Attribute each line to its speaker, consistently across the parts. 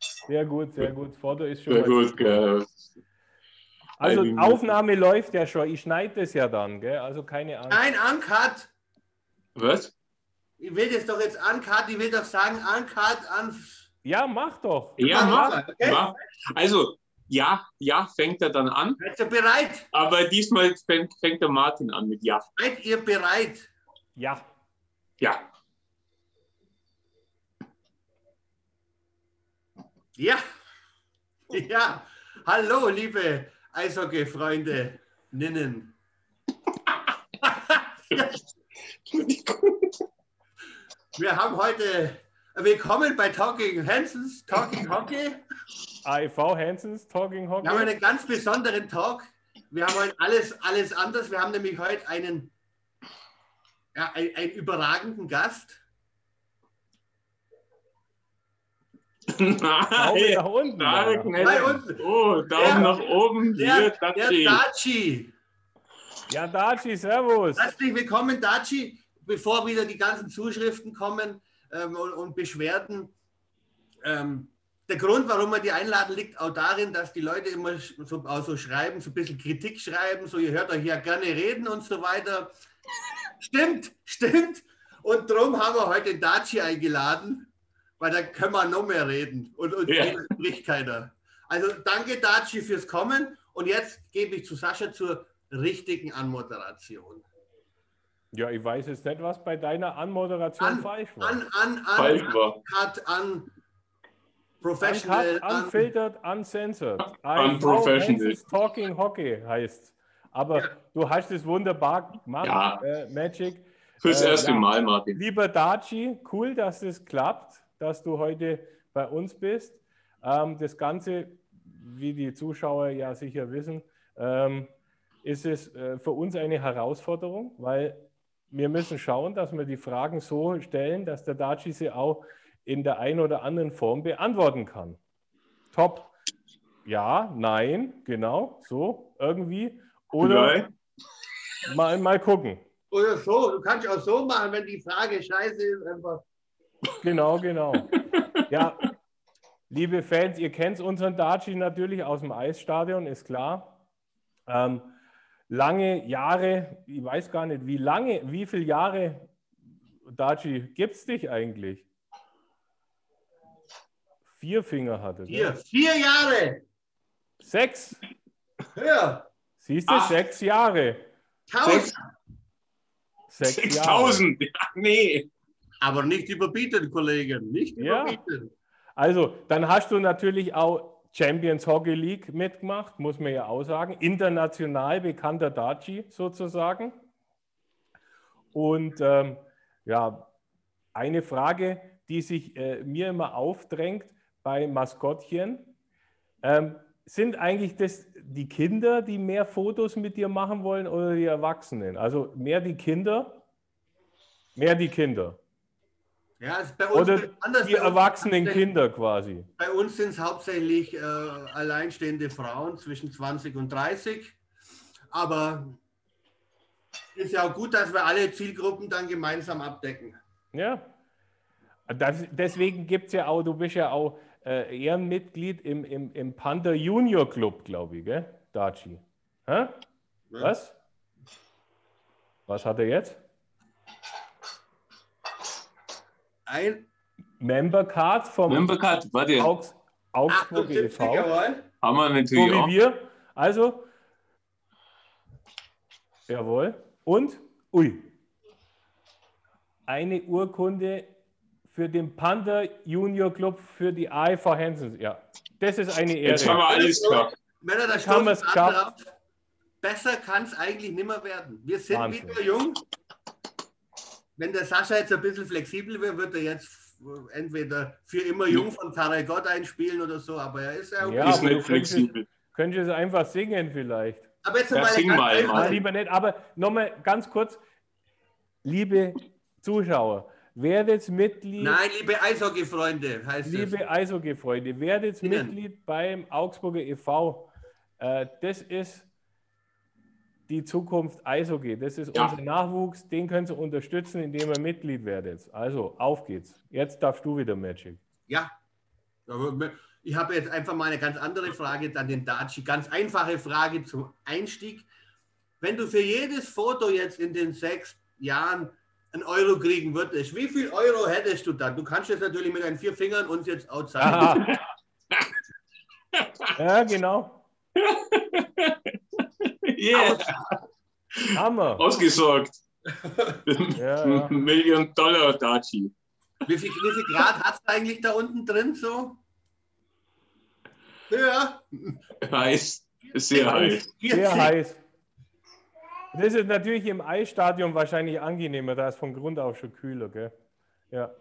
Speaker 1: Sehr gut, sehr gut. Foto ist schon
Speaker 2: Sehr
Speaker 1: mal
Speaker 2: gut, gell.
Speaker 1: Also
Speaker 2: Einige Minuten.
Speaker 1: Aufnahme läuft ja schon. Ich schneide das ja dann, gell? Also keine Angst.
Speaker 3: Nein, Uncut.
Speaker 2: Was?
Speaker 3: Ich will das doch jetzt Uncut. Ich will doch sagen Uncut. Un
Speaker 1: Ja, mach doch.
Speaker 2: Ja,
Speaker 3: Mach
Speaker 2: mach.
Speaker 3: mal, okay?
Speaker 2: mach. Also, ja, ja, fängt er dann an.
Speaker 3: Seid ihr bereit?
Speaker 2: Aber diesmal fängt, fängt der Martin an mit Ja.
Speaker 3: Seid ihr bereit?
Speaker 1: Ja.
Speaker 2: Ja.
Speaker 3: Ja. Ja. Hallo, liebe Eishockey-Freunde. Ninnen. Wir haben heute willkommen bei Talking Hansons, Talking Hockey.
Speaker 1: AEV E Hansens Talking Hockey.
Speaker 3: Wir haben einen ganz besonderen Talk. Wir haben heute alles, alles anders. Wir haben nämlich heute einen, ja, ein- einen überragenden Gast.
Speaker 1: Daumen
Speaker 2: Nein.
Speaker 1: nach unten.
Speaker 2: Nein,
Speaker 1: Alter.
Speaker 3: Bei uns.
Speaker 2: Oh, Daumen
Speaker 3: Der-
Speaker 2: nach oben.
Speaker 3: Der,
Speaker 2: Hier,
Speaker 3: der
Speaker 2: Tatschi.
Speaker 3: Daci.
Speaker 1: Ja, Daci, servus.
Speaker 3: Herzlich willkommen, Daci. Bevor wieder die ganzen Zuschriften kommen ähm, und, und Beschwerden. Ähm, der Grund, warum wir die einladen, liegt auch darin, dass die Leute immer sch- so, auch so schreiben, so ein bisschen Kritik schreiben, so ihr hört euch ja gerne reden und so weiter. Stimmt, stimmt. Und darum haben wir heute den Daci eingeladen, weil da können wir noch mehr reden und uns
Speaker 2: Ja.
Speaker 3: spricht keiner. Also danke Daci fürs Kommen und jetzt gebe ich zu Sascha zur richtigen Anmoderation.
Speaker 1: Ja, ich weiß jetzt nicht, was bei deiner Anmoderation
Speaker 3: An-
Speaker 1: falsch war.
Speaker 3: An, an,
Speaker 2: Falsch
Speaker 3: an,
Speaker 2: war.
Speaker 3: hat an Professional,
Speaker 1: Uncut,
Speaker 3: an,
Speaker 1: unfiltered, uncensored. AEV
Speaker 2: Unprofessional.
Speaker 1: Hansens Talking Hockey heißt. Aber du hast es wunderbar gemacht,
Speaker 2: Ja.
Speaker 1: äh, Magic.
Speaker 2: Fürs
Speaker 1: Äh,
Speaker 2: erste
Speaker 1: ja.
Speaker 2: Mal, Martin.
Speaker 1: Lieber Daci, cool, dass es klappt, dass du heute bei uns bist. Ähm, das Ganze, wie die Zuschauer ja sicher wissen, ähm, ist es äh, für uns eine Herausforderung, weil wir müssen schauen, dass wir die Fragen so stellen, dass der Daci sie auch in der einen oder anderen Form beantworten kann. Top. Ja, nein, genau, so irgendwie. Oder
Speaker 2: Nein.
Speaker 1: mal, mal gucken.
Speaker 3: oder Oh so. Du kannst auch so machen, wenn die Frage scheiße ist, einfach.
Speaker 1: Genau, genau. Ja, liebe Fans, ihr kennt unseren Daci natürlich aus dem Eisstadion, ist klar. Ähm, lange Jahre, ich weiß gar nicht, wie lange, wie viele Jahre, Daci, gibt es dich eigentlich? Vier Finger hatte. ne?
Speaker 3: Vier, vier Jahre.
Speaker 1: Sechs.
Speaker 3: Hör.
Speaker 1: Siehst du,
Speaker 2: Acht.
Speaker 1: sechs Jahre.
Speaker 3: Tausend.
Speaker 1: Sechs Jahre.
Speaker 2: 6000. Ja, nee.
Speaker 3: Aber nicht überbieten, Kollegen. Nicht
Speaker 1: Ja.
Speaker 3: überbieten.
Speaker 1: Also, dann hast du natürlich auch Champions Hockey League mitgemacht, muss man ja auch sagen. International bekannter Daci sozusagen. Und ähm, ja, eine Frage, die sich äh, mir immer aufdrängt bei Maskottchen. Ähm, sind eigentlich das die Kinder, die mehr Fotos mit dir machen wollen oder die Erwachsenen? Also mehr die Kinder? Mehr die Kinder.
Speaker 3: Ja, ist bei uns
Speaker 1: Oder
Speaker 3: ist anders.
Speaker 1: die
Speaker 3: Bei uns-
Speaker 1: erwachsenen Kinder quasi.
Speaker 3: Bei uns sind es hauptsächlich äh, alleinstehende Frauen zwischen 20 und 30. Aber ist ja auch gut, dass wir alle Zielgruppen dann gemeinsam abdecken.
Speaker 1: Ja. Das, deswegen gibt es ja auch, du bist ja auch äh, Ehrenmitglied im, im, im Panther Junior Club, glaube ich, gell? Daci. Hä? Was? Was hat er jetzt?
Speaker 3: Ein
Speaker 1: Member Card vom
Speaker 2: Member Card, warte.
Speaker 1: Augs, Augsburg E
Speaker 3: 78
Speaker 1: e.V.
Speaker 3: jawohl.
Speaker 2: Haben wir
Speaker 1: So
Speaker 2: natürlich auch.
Speaker 1: wie wir. Also. Jawohl. Und? Ui. Eine Urkunde für den Panda Junior Club für die AEV Hansens. Ja, das ist eine Ehre.
Speaker 2: Jetzt haben wir alles klar.
Speaker 3: Wenn er da
Speaker 1: Jetzt haben wir's
Speaker 3: Stunden
Speaker 1: geschafft.
Speaker 3: anlauft, besser kann es eigentlich nimmer werden. Wir sind
Speaker 1: Wahnsinn.
Speaker 3: wieder jung. Wenn der Sascha jetzt ein bisschen flexibel wäre, wird er jetzt f- entweder für immer jung von Tarek einspielen oder so, aber er ist ja,
Speaker 1: Ja.
Speaker 2: Ist
Speaker 1: aber du
Speaker 2: nicht flexibel.
Speaker 1: Könnt ihr es einfach singen vielleicht?
Speaker 3: Aber jetzt
Speaker 2: Ja,
Speaker 3: nochmal
Speaker 2: sing mal,
Speaker 3: eine
Speaker 1: Ah,
Speaker 2: Mann.
Speaker 3: ganz
Speaker 1: lieber nicht. Aber nochmal ganz kurz, liebe Zuschauer, werdet Mitglied.
Speaker 3: Nein, liebe Eishockey-Freunde, heißt es.
Speaker 1: Liebe Eishockey-Freunde, werdet
Speaker 3: Bitte.
Speaker 1: Mitglied beim Augsburger e.V. Äh, das ist die Zukunft Eishockey. Das ist
Speaker 2: Ja.
Speaker 1: unser Nachwuchs. Den könnt ihr unterstützen, indem ihr Mitglied werdet. Also, auf geht's. Jetzt darfst du wieder, Magic.
Speaker 3: Ja. Aber Ich habe jetzt einfach mal eine ganz andere Frage dann den Daci. Ganz einfache Frage zum Einstieg. Wenn du für jedes Foto jetzt in den sechs Jahren einen Euro kriegen würdest, wie viel Euro hättest du dann? Du kannst jetzt natürlich mit deinen vier Fingern uns jetzt auch zeigen.
Speaker 1: Aha. ja, genau.
Speaker 2: Yeah.
Speaker 1: Hammer.
Speaker 2: Ausgesorgt.
Speaker 1: Ja, ja.
Speaker 2: Million Dollar Daci.
Speaker 3: Wie viel, wie viel Grad hat es eigentlich da unten drin so? Ja,
Speaker 2: Heiß. Sehr heiß.
Speaker 3: 40.
Speaker 1: Sehr heiß. Das ist natürlich im Eisstadium wahrscheinlich angenehmer, da ist von Grund auf schon kühler, gell? Ja.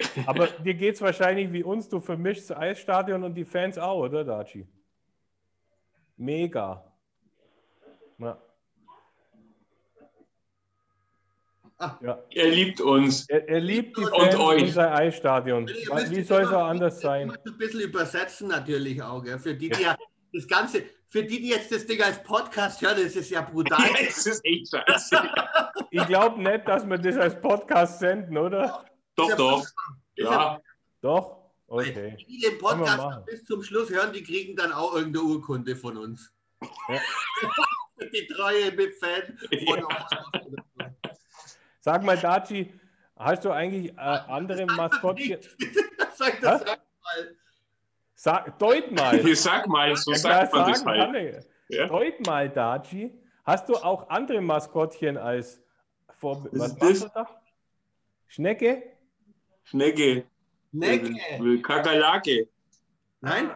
Speaker 1: Aber dir geht es wahrscheinlich wie uns, du vermischst das Eisstadion und die Fans auch, oder, Daci? Mega. Ja.
Speaker 3: Ah.
Speaker 1: Ja.
Speaker 2: Er liebt uns.
Speaker 1: Er, er liebt die
Speaker 3: Und
Speaker 1: Fans
Speaker 2: euch.
Speaker 1: und sein Eisstadion.
Speaker 3: Ihr
Speaker 1: Was-
Speaker 3: müsst
Speaker 1: Wie
Speaker 3: es
Speaker 1: soll es
Speaker 3: immer-
Speaker 1: auch anders sein?
Speaker 3: Ihr müsst Ein bisschen übersetzen natürlich auch, gell? Für die, die ja. das Ganze, für die, die jetzt das Ding als Podcast hören, ist es ja brutal.
Speaker 2: Ja, es ist echt scheiße.
Speaker 1: Ich glaube nicht, dass wir das als Podcast senden, oder?
Speaker 2: Doch, doch. Ja,
Speaker 1: Doch? Okay.
Speaker 3: Die, die den
Speaker 1: Können wir
Speaker 3: Podcast
Speaker 1: machen.
Speaker 3: bis zum Schluss hören, die kriegen dann auch irgendeine Urkunde von uns.
Speaker 1: Ja.
Speaker 3: die treue Fan von
Speaker 2: Ja.
Speaker 3: uns.
Speaker 1: Sag mal, Daci, hast du eigentlich äh, andere Maskottchen?
Speaker 3: Das sagt
Speaker 1: Hä?
Speaker 3: das mal.
Speaker 1: Sag, deut mal.
Speaker 2: ich sag mal, so
Speaker 1: Ja, klar
Speaker 2: sagt man das
Speaker 1: sagen
Speaker 2: halt.
Speaker 1: kann ich.
Speaker 2: Ja.
Speaker 1: Deut mal, Daci. Hast du auch andere Maskottchen als Vorbild?
Speaker 2: Was
Speaker 1: Was machst
Speaker 2: ist das?
Speaker 1: du da? Schnecke?
Speaker 2: Schnecke.
Speaker 3: Necke.
Speaker 2: Will Äh, Kakerlake.
Speaker 3: Nein,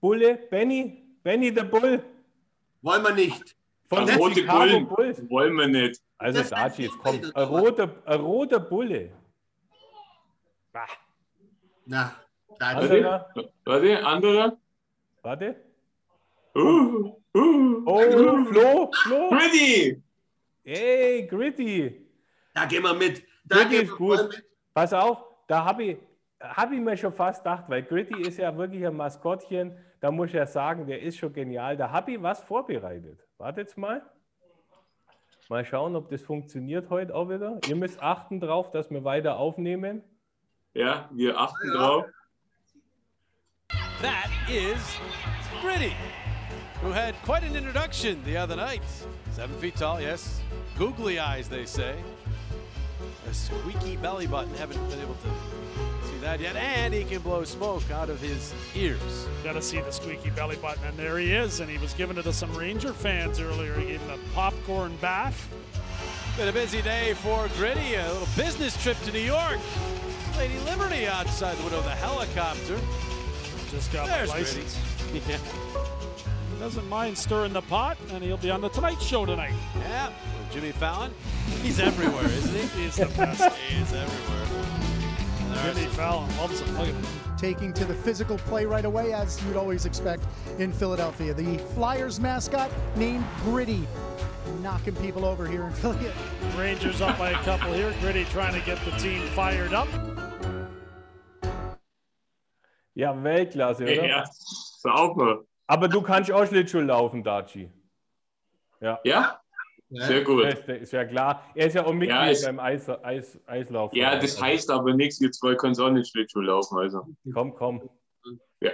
Speaker 1: Bulle? Benny? Benny der Bull?
Speaker 3: wollen wir nicht.
Speaker 1: Von
Speaker 2: Ach,
Speaker 1: den
Speaker 2: Also rote
Speaker 1: Chicago
Speaker 2: Bullen.
Speaker 1: Bulls?
Speaker 2: Wollen wir nicht.
Speaker 1: Also
Speaker 3: Das ist ein
Speaker 1: Daci, jetzt kommt
Speaker 3: Vorbild,
Speaker 1: ein
Speaker 3: oder was?
Speaker 1: roter, ein roter äh, Bulle. Bah,
Speaker 3: Na, dann.
Speaker 1: Anderer?
Speaker 2: Warte, anderer.
Speaker 1: Also Warte.
Speaker 2: Uh, uh.
Speaker 1: Oh, Flo, Flo.
Speaker 2: Ready!
Speaker 1: Ey, Gritty.
Speaker 3: Da gehen wir mit. Da
Speaker 1: Gritty
Speaker 3: gehen
Speaker 1: ist
Speaker 3: wir
Speaker 1: gut.
Speaker 3: voll mit.
Speaker 1: Pass auf, da habe ich, hab ich mir schon fast gedacht, weil Gritty ist ja wirklich ein Maskottchen. Da muss ich ja sagen, der ist schon genial. Da habe ich was vorbereitet. Wartet's mal. Mal schauen, ob das funktioniert heute auch wieder. Ihr müsst achten drauf, dass wir weiter aufnehmen.
Speaker 2: Ja, wir achten
Speaker 3: Ja.
Speaker 2: drauf.
Speaker 4: That is Gritty, who had quite an introduction the other night. Seven feet tall, yes. Googly eyes, they say. A squeaky belly button. Haven't been able to see that yet. And he can blow smoke out of his ears.
Speaker 5: Got to see the squeaky belly button, and there he is. And he was giving it to some Ranger fans earlier. He gave him a popcorn bath.
Speaker 4: Been a busy day for Gritty. A little business trip to New York. Lady Liberty outside the window of the helicopter.
Speaker 5: Just got
Speaker 4: There's
Speaker 5: the
Speaker 4: Gritty.
Speaker 5: license.
Speaker 4: Yeah.
Speaker 5: Doesn't mind stirring the pot, and he'll be on the Tonight Show tonight.
Speaker 4: yeah. Jimmy Fallon. He's everywhere, isn't he?
Speaker 5: He's the best.
Speaker 4: He is everywhere. And there are
Speaker 5: Jimmy
Speaker 4: some
Speaker 5: Fallon loves him. Look at him.
Speaker 6: taking to the physical play right away, as you'd always expect in Philadelphia. The Flyers mascot named Gritty, knocking people over here in Philly.
Speaker 5: Rangers up by a couple here. Gritty trying to get the team fired up.
Speaker 1: Ja, Weltklasse, oder?
Speaker 2: Ja, sauber.
Speaker 1: Aber du kannst auch Schlittschuh laufen, Daci.
Speaker 2: Ja, sehr
Speaker 1: Das
Speaker 2: gut.
Speaker 1: ist- das ist ja klar. Er ist ja auch Mitglied
Speaker 2: Ja, es-
Speaker 1: beim Eis, Eis, Eislauf.
Speaker 2: Ja, das heißt aber nichts. Ihr zwei könnt auch nicht Schlittschuh laufen. Also,
Speaker 1: Komm, komm.
Speaker 2: Ja.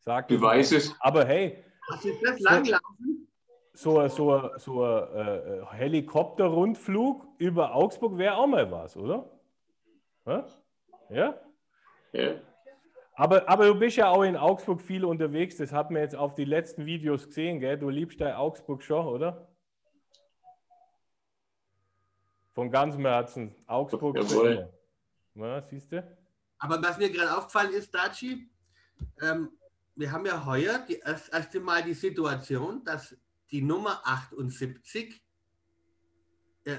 Speaker 1: Sag das
Speaker 2: beweis es.
Speaker 1: Aber hey,
Speaker 3: Was ist das? Langlaufen?
Speaker 1: so ein so, ein- so ein, äh, äh, Helikopterrundflug über Augsburg wäre auch mal was, oder? Ja? ja?
Speaker 2: Ja.
Speaker 1: Aber, aber du bist ja auch in Augsburg viel unterwegs. Das hat man jetzt auf die letzten Videos gesehen, gell? Du liebst ja Augsburg schon, oder? Von ganzem Herzen. Augsburg. für
Speaker 2: Jawohl.
Speaker 1: immer. Na, siehst du?
Speaker 3: Aber was mir gerade aufgefallen ist, Daci, ähm, wir haben ja heuer die, das erste Mal die Situation, dass die Nummer 78 äh,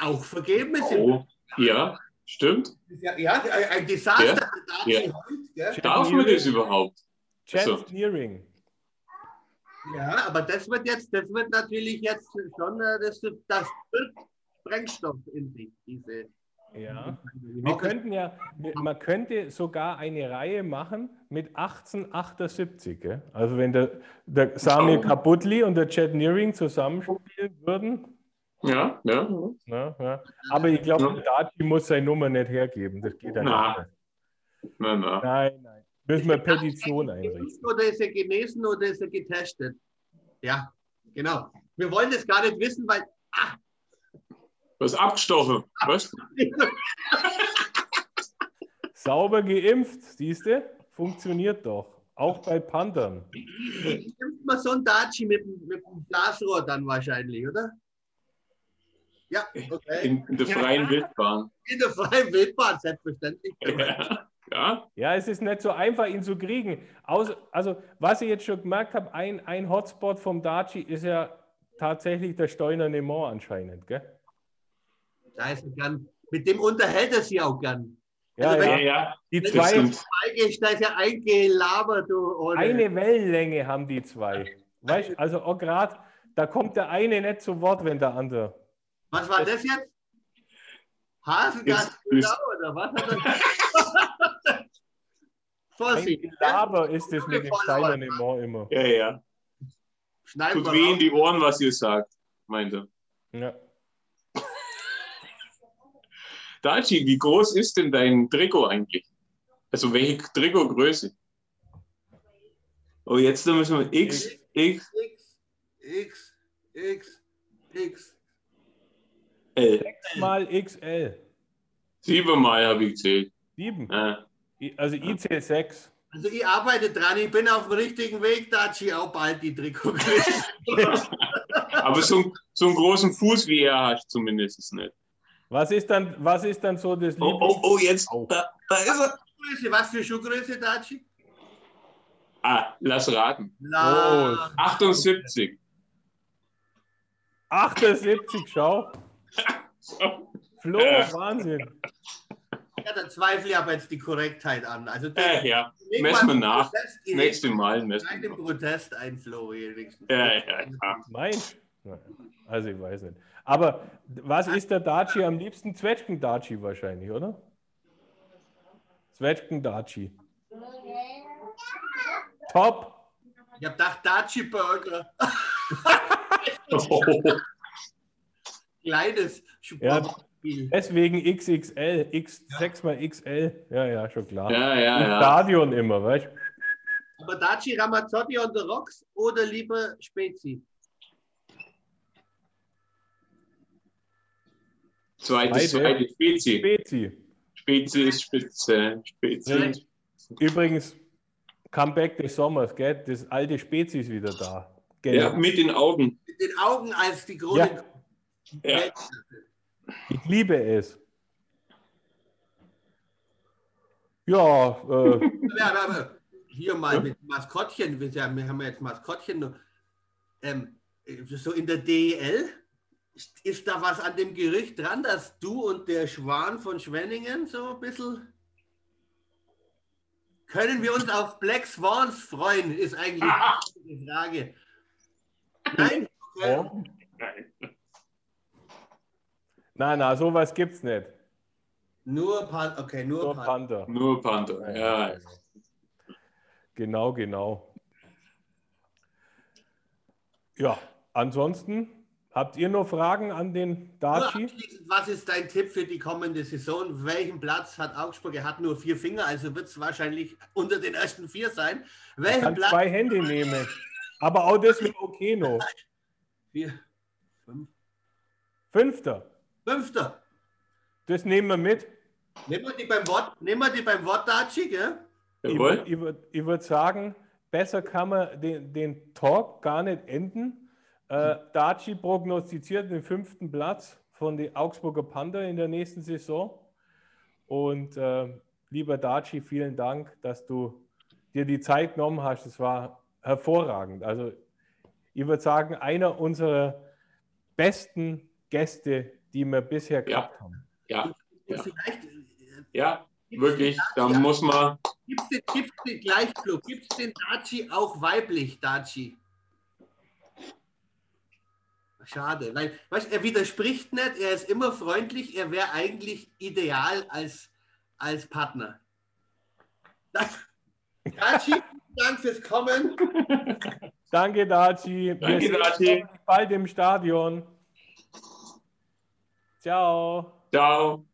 Speaker 3: auch vergeben ist.
Speaker 2: Oh, ja, stimmt.
Speaker 3: Ja, ja, ein ein Desaster. für Daci
Speaker 2: Ja.
Speaker 3: heute, gell?
Speaker 2: Darf man das überhaupt? Also.
Speaker 1: Chad
Speaker 2: So.
Speaker 1: Nearing.
Speaker 3: ja, aber das wird jetzt, das wird natürlich jetzt schon, äh, das, das birgt Sprengstoff in sich, diese.
Speaker 1: Ja.
Speaker 3: Ich
Speaker 1: Wir
Speaker 3: hoffe,
Speaker 1: könnten ja, wir- man könnte sogar eine Reihe machen mit 1878. Gell? Also wenn der, der Samir
Speaker 2: Oh.
Speaker 1: Kaputli und der Chad Nearing zusammenspielen würden.
Speaker 2: Ja, ja.
Speaker 1: Ne, ja. Aber ich glaube,
Speaker 2: Ja.
Speaker 1: der Dati muss seine Nummer nicht hergeben. Das geht ja
Speaker 2: Na.
Speaker 1: nicht.
Speaker 2: Na, na.
Speaker 1: Nein, nein. Müssen wir Petition einrichten.
Speaker 3: Geimpft oder ist er genesen oder ist er getestet? Ja, genau. Wir wollen das gar nicht wissen, weil. Ah,
Speaker 2: Was abgestochen? Was?
Speaker 1: Sauber geimpft, siehst du? Funktioniert doch. Auch bei Panthern.
Speaker 3: nimmt man so ein Daci mit, dem- mit dem Blasrohr dann wahrscheinlich, oder? Ja, okay.
Speaker 2: In, in der freien Wildbahn.
Speaker 3: In der freien Wildbahn, selbstverständlich.
Speaker 2: Ja. ja.
Speaker 1: Ja, es ist nicht so einfach, ihn zu kriegen. Aus, also, was ich jetzt schon gemerkt habe, ein, ein Hotspot vom Daci ist ja tatsächlich der Steuner Nemor anscheinend. Gell?
Speaker 3: Da ist er gern. Mit dem unterhält er sich auch gern.
Speaker 1: Ja,
Speaker 3: Also
Speaker 1: ja.
Speaker 2: Ja, ja.
Speaker 1: Die
Speaker 2: Das
Speaker 1: zwei,
Speaker 2: stimmt.
Speaker 3: Eigentlich, da ist ja eingelabert, du. Ohne.
Speaker 1: eine Wellenlänge haben die zwei. Weißt du, also auch gerade, da kommt der eine nicht zu Wort, wenn der andere.
Speaker 3: Was war das jetzt? Hasengas
Speaker 2: Ist- ist-
Speaker 3: oder was hat er? Vorsicht. ne?
Speaker 1: Ein Laber ist es mit dem Steuner Nemor immer.
Speaker 2: ja, ja.
Speaker 3: Schneiden
Speaker 2: Tut
Speaker 3: wir
Speaker 2: weh
Speaker 3: raus.
Speaker 2: in die Ohren, was ihr sagt, meinte.
Speaker 1: Ja.
Speaker 2: Daci, wie groß ist denn dein Trikot eigentlich? Also welche Trikotgröße? Oh, jetzt müssen wir X, X,
Speaker 3: X, X, X, X.
Speaker 2: L.
Speaker 1: Mal XL.
Speaker 2: Siebenmal habe ich gezählt.
Speaker 1: Sieben.
Speaker 2: Ja.
Speaker 1: I- Also IC6.
Speaker 3: Also ich arbeite dran, ich bin auf dem richtigen Weg, Daci, auch bald die Trikot.
Speaker 2: Aber so, einen- so einen großen Fuß wie er hat, zumindest nicht.
Speaker 1: Was ist dann, was ist dann so das
Speaker 2: Oh,
Speaker 1: Lieblings...
Speaker 2: oh, oh, jetzt,
Speaker 1: Oh.
Speaker 2: da, da ist er.
Speaker 3: Schuhgröße, was für Schuhgröße, Daci?
Speaker 2: Ah, lass raten.
Speaker 3: Na,
Speaker 2: 78.
Speaker 1: 78, schau. Flo,
Speaker 2: Ja.
Speaker 1: Wahnsinn.
Speaker 3: ja, dann zweifle ich aber jetzt die Korrektheit an. Also
Speaker 2: Äh, ja, messen wir nach. Nächstes Mal messen wir
Speaker 3: Keinen
Speaker 2: nach.
Speaker 3: Protest ein, Flo, wenigstens.
Speaker 2: Ja, ja, ja.
Speaker 1: Meinst Naja, Also ich weiß nicht. Aber was ist der Daci am liebsten? Zwetschgen-Daci wahrscheinlich, oder? Zwetschgen-Daci. Top.
Speaker 3: Ich habe gedacht, Daci Burger. Kleines Sportspiel.
Speaker 1: Deswegen XXL. X, 6 mal XL. Ja, ja, schon klar.
Speaker 2: Ja, ja,
Speaker 1: Im
Speaker 2: ja.
Speaker 1: Stadion immer, weißt du?
Speaker 3: Aber Daci Ramazzotti on the Rocks oder lieber Spezi?
Speaker 2: Zweites,
Speaker 1: Zweite.
Speaker 2: zweite Spezi.
Speaker 1: Spezi.
Speaker 2: Spezi ist Spitze. Spezi.
Speaker 1: Ja. Übrigens, Comeback des Sommers, gell? Das alte Spezi ist wieder da. Gell?
Speaker 2: Ja, mit den Augen.
Speaker 3: Mit den Augen als die große
Speaker 2: Ja.
Speaker 1: Ich liebe es. Ja, äh,
Speaker 3: Ja, aber hier mal mit Maskottchen, wir haben wir haben ja jetzt Maskottchen. nur. Ähm, so in der DEL ist- ist da was an dem Gericht dran, dass du und der Schwan von Schwenningen so ein bisschen. Können wir uns auf Black Swans freuen, ist eigentlich die Frage. Nein, okay.
Speaker 1: warum? nein, nein, sowas gibt's nicht.
Speaker 3: nur Pan okay, nur,
Speaker 1: Nur
Speaker 3: Pan
Speaker 1: Panther.
Speaker 2: Nur Panther. Ja.
Speaker 1: Genau, genau. Ja, ansonsten habt ihr noch Fragen an den
Speaker 3: Nur
Speaker 1: Daci?
Speaker 3: abschließend, was ist dein Tipp für die kommende Saison? Welchen Platz hat Augsburg? Er hat nur vier Finger, also wird es wahrscheinlich unter den ersten vier sein. Welchen
Speaker 1: Kann
Speaker 3: Platz?
Speaker 1: zwei Hände nehmen. Aber auch das wäre okay noch.
Speaker 3: Vier, fünf,
Speaker 1: Fünfter.
Speaker 3: fünfter.
Speaker 1: Das nehmen wir mit.
Speaker 3: Nehmen wir die beim Wort, nehmen wir die beim Wort Daci, gell?
Speaker 1: Ich,
Speaker 2: Jawohl.
Speaker 1: würde würd sagen, besser kann man den, den Talk gar nicht enden. Äh, Daci prognostiziert den fünften Platz von den Augsburger Panther in der nächsten Saison. Und äh, lieber Daci, vielen Dank, dass du dir die Zeit genommen hast. Es war hervorragend. Also ich würde sagen, einer unserer besten Gäste, die wir bisher gehabt haben.
Speaker 2: Ja, Ja.
Speaker 3: Vielleicht äh,
Speaker 2: ja, wirklich. Da muss man.
Speaker 3: gibt es den, gibt's den gleich, Flo, gibt es den Daci auch weiblich, Daci? Schade, weil weißt, er widerspricht nicht, er ist immer freundlich, er wäre eigentlich ideal als, als Partner. Das, Daci, vielen Dank fürs Kommen.
Speaker 1: Danke, Daci. Wir
Speaker 2: Danke,
Speaker 1: sehen uns
Speaker 2: Daci.
Speaker 1: bald im Stadion. Ciao.
Speaker 2: Ciao.